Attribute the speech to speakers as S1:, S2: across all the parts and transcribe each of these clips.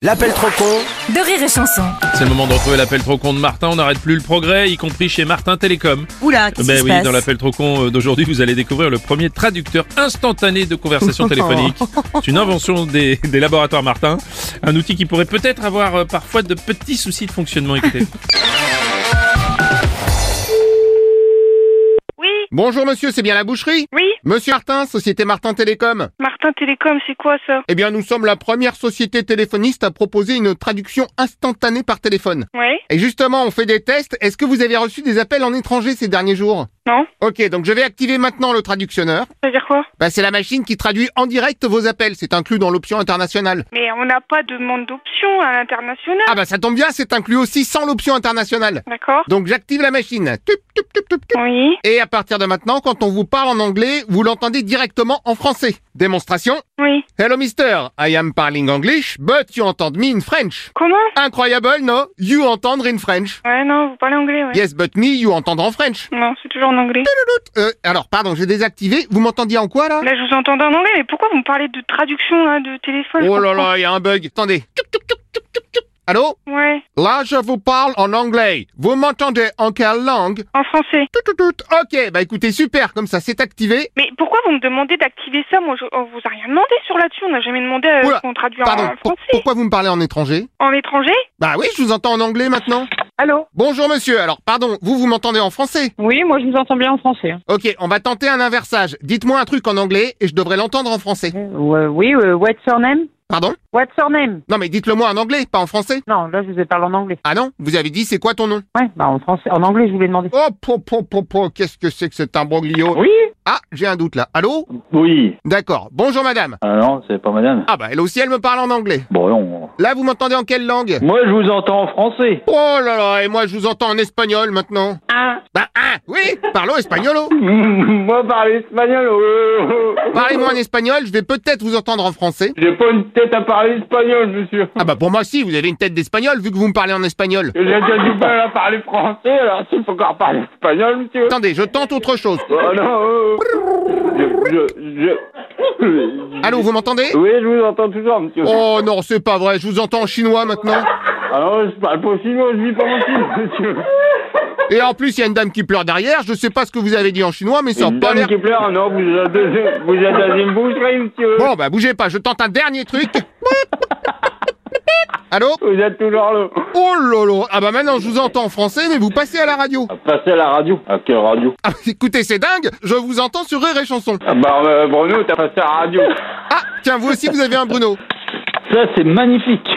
S1: L'appel trop con
S2: de rire et chanson.
S3: C'est le moment de retrouver l'appel trop con de Martin. On n'arrête plus le progrès, y compris chez Martin Télécom.
S2: Oula, qu'est-ce qui
S3: Ben
S2: se
S3: oui,
S2: passe
S3: dans l'appel trop con euh, d'aujourd'hui, vous allez découvrir le premier traducteur instantané de conversation téléphonique. C'est une invention des, des laboratoires Martin. Un outil qui pourrait peut-être avoir euh, parfois de petits soucis de fonctionnement. Écoutez.
S4: Oui,
S5: Bonjour monsieur, c'est bien la boucherie
S4: oui,
S5: Monsieur Martin, société Martin Télécom.
S4: Martin Télécom, c'est quoi ça
S5: Eh bien nous sommes la première société téléphoniste à proposer une traduction instantanée par téléphone.
S4: Ouais,
S5: Et justement, on fait des tests. Est-ce que vous avez reçu des appels en étranger ces derniers jours
S4: non,
S5: Ok, donc je vais activer maintenant le traductionneur.
S4: ça veut dire quoi
S5: Bah, c'est la machine qui traduit en direct vos appels, c'est inclus dans l'option internationale.
S4: Mais on n'a pas de demande d'option à l'international,
S5: Ah bah ça tombe bien, c'est inclus aussi sans l'option internationale.
S4: d'accord
S5: Donc j'active la machine. Tup, tup, tup, tup, tup.
S4: Oui,
S5: Et à partir de maintenant, quand on vous parle en anglais, vous l'entendez directement en français. Démonstration
S4: oui.
S5: Hello mister, I am parling English, but you entend me in French.
S4: Comment
S5: Incroyable, no? You entendre in French.
S4: Ouais, non, vous parlez anglais, ouais.
S5: Yes, but me, you entendre en French.
S4: Non, c'est toujours en anglais.
S5: Euh, alors, pardon, j'ai désactivé. Vous m'entendiez en quoi, là?
S4: Là, je vous entends en anglais, mais pourquoi vous me parlez de traduction, là, de téléphone je
S5: Oh là
S4: comprends.
S5: là, il y a un bug. Attendez. Tchoup, tchoup, tchoup, tchoup, tchoup, tchoup. Allô?
S4: Ouais,
S5: Là, je vous parle en anglais. Vous m'entendez en quelle langue?
S4: en français.
S5: Tout, tout, tout. Ok, bah écoutez, super, comme ça, c'est activé.
S4: Mais pourquoi vous me demandez d'activer ça Moi, je... on vous a rien demandé sur là-dessus, on n'a jamais demandé euh,
S5: Oula,
S4: qu'on traduise
S5: Pardon,
S4: en
S5: pour-
S4: français.
S5: pourquoi vous me parlez en étranger?
S4: En étranger
S5: Bah oui, je vous entends en anglais maintenant.
S6: Allô
S5: Bonjour monsieur, alors pardon, vous vous m'entendez en français?
S6: Oui, moi je vous entends bien en français. hein.
S5: Ok, on va tenter un inversage. Dites-moi un truc en anglais et je devrais l'entendre en français.
S6: Euh, ouais, oui, euh, what's your name
S5: Pardon
S6: What's your name
S5: Non mais dites-le moi en anglais, pas en français.
S6: Non, là je vous ai parlé en anglais.
S5: Ah non Vous avez dit c'est quoi ton nom
S6: Ouais, bah en français, en anglais je vous l'ai demandé.
S5: Oh, po, po, po, po, qu'est-ce que c'est que cet imbroglio
S7: Oui
S5: Ah, j'ai un doute là. Allô
S7: Oui.
S5: D'accord. Bonjour madame.
S7: Ah non, c'est pas madame.
S5: Ah bah elle aussi elle me parle en anglais.
S7: Bon, non.
S5: Là vous m'entendez en quelle langue
S7: Moi, je vous entends en français.
S5: Oh là là, et moi je vous entends en espagnol maintenant.
S6: Ah,
S5: Bah ah, oui, parlo espagnolo.
S7: Moi, parle espagnol. oh, oh, oh.
S5: Parlez-moi en espagnol, je vais peut-être vous entendre en français.
S7: J'ai pas une tête à parler espagnol, monsieur.
S5: Ah bah pour moi si, vous avez une tête d'espagnol vu que vous me parlez en espagnol.
S7: J'ai déjà du mal à parler français, alors s'il faut encore parler espagnol, monsieur.
S5: Attendez, je tente autre chose.
S7: Oh non. oh, oh. Je, je, je-
S5: Allô, vous m'entendez
S7: Oui, je vous entends toujours, monsieur.
S5: Oh non, c'est pas vrai, je vous entends en chinois maintenant.
S7: Alors, je parle pas chinois, je vis pas mon chinois, monsieur.
S5: Et en plus, il y a une dame qui pleure derrière, je sais pas ce que vous avez dit en chinois, mais ça a
S7: Une
S5: pas
S7: dame
S5: l'air...
S7: qui pleure, non, vous êtes dans- vous êtes dans une boucherie, monsieur.
S5: Bon, bah bougez pas, je tente un dernier truc. Allô
S7: Vous êtes toujours là.
S5: Oh lolo Ah bah maintenant, je vous entends en français, mais vous passez à la radio.
S7: À passer à la radio. À quelle radio
S5: Ah, écoutez, c'est dingue, je vous entends sur Rire et Chanson.
S7: Ah Bah euh, Bruno, t'as passé à la radio.
S5: Ah, tiens, vous aussi, vous avez un Bruno.
S7: Ça c'est magnifique.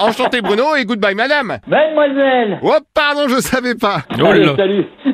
S5: Enchanté Bruno et goodbye madame.
S7: Mademoiselle.
S5: Oh, pardon, je savais pas.
S3: Oh là
S7: Allez,
S3: là.
S7: salut.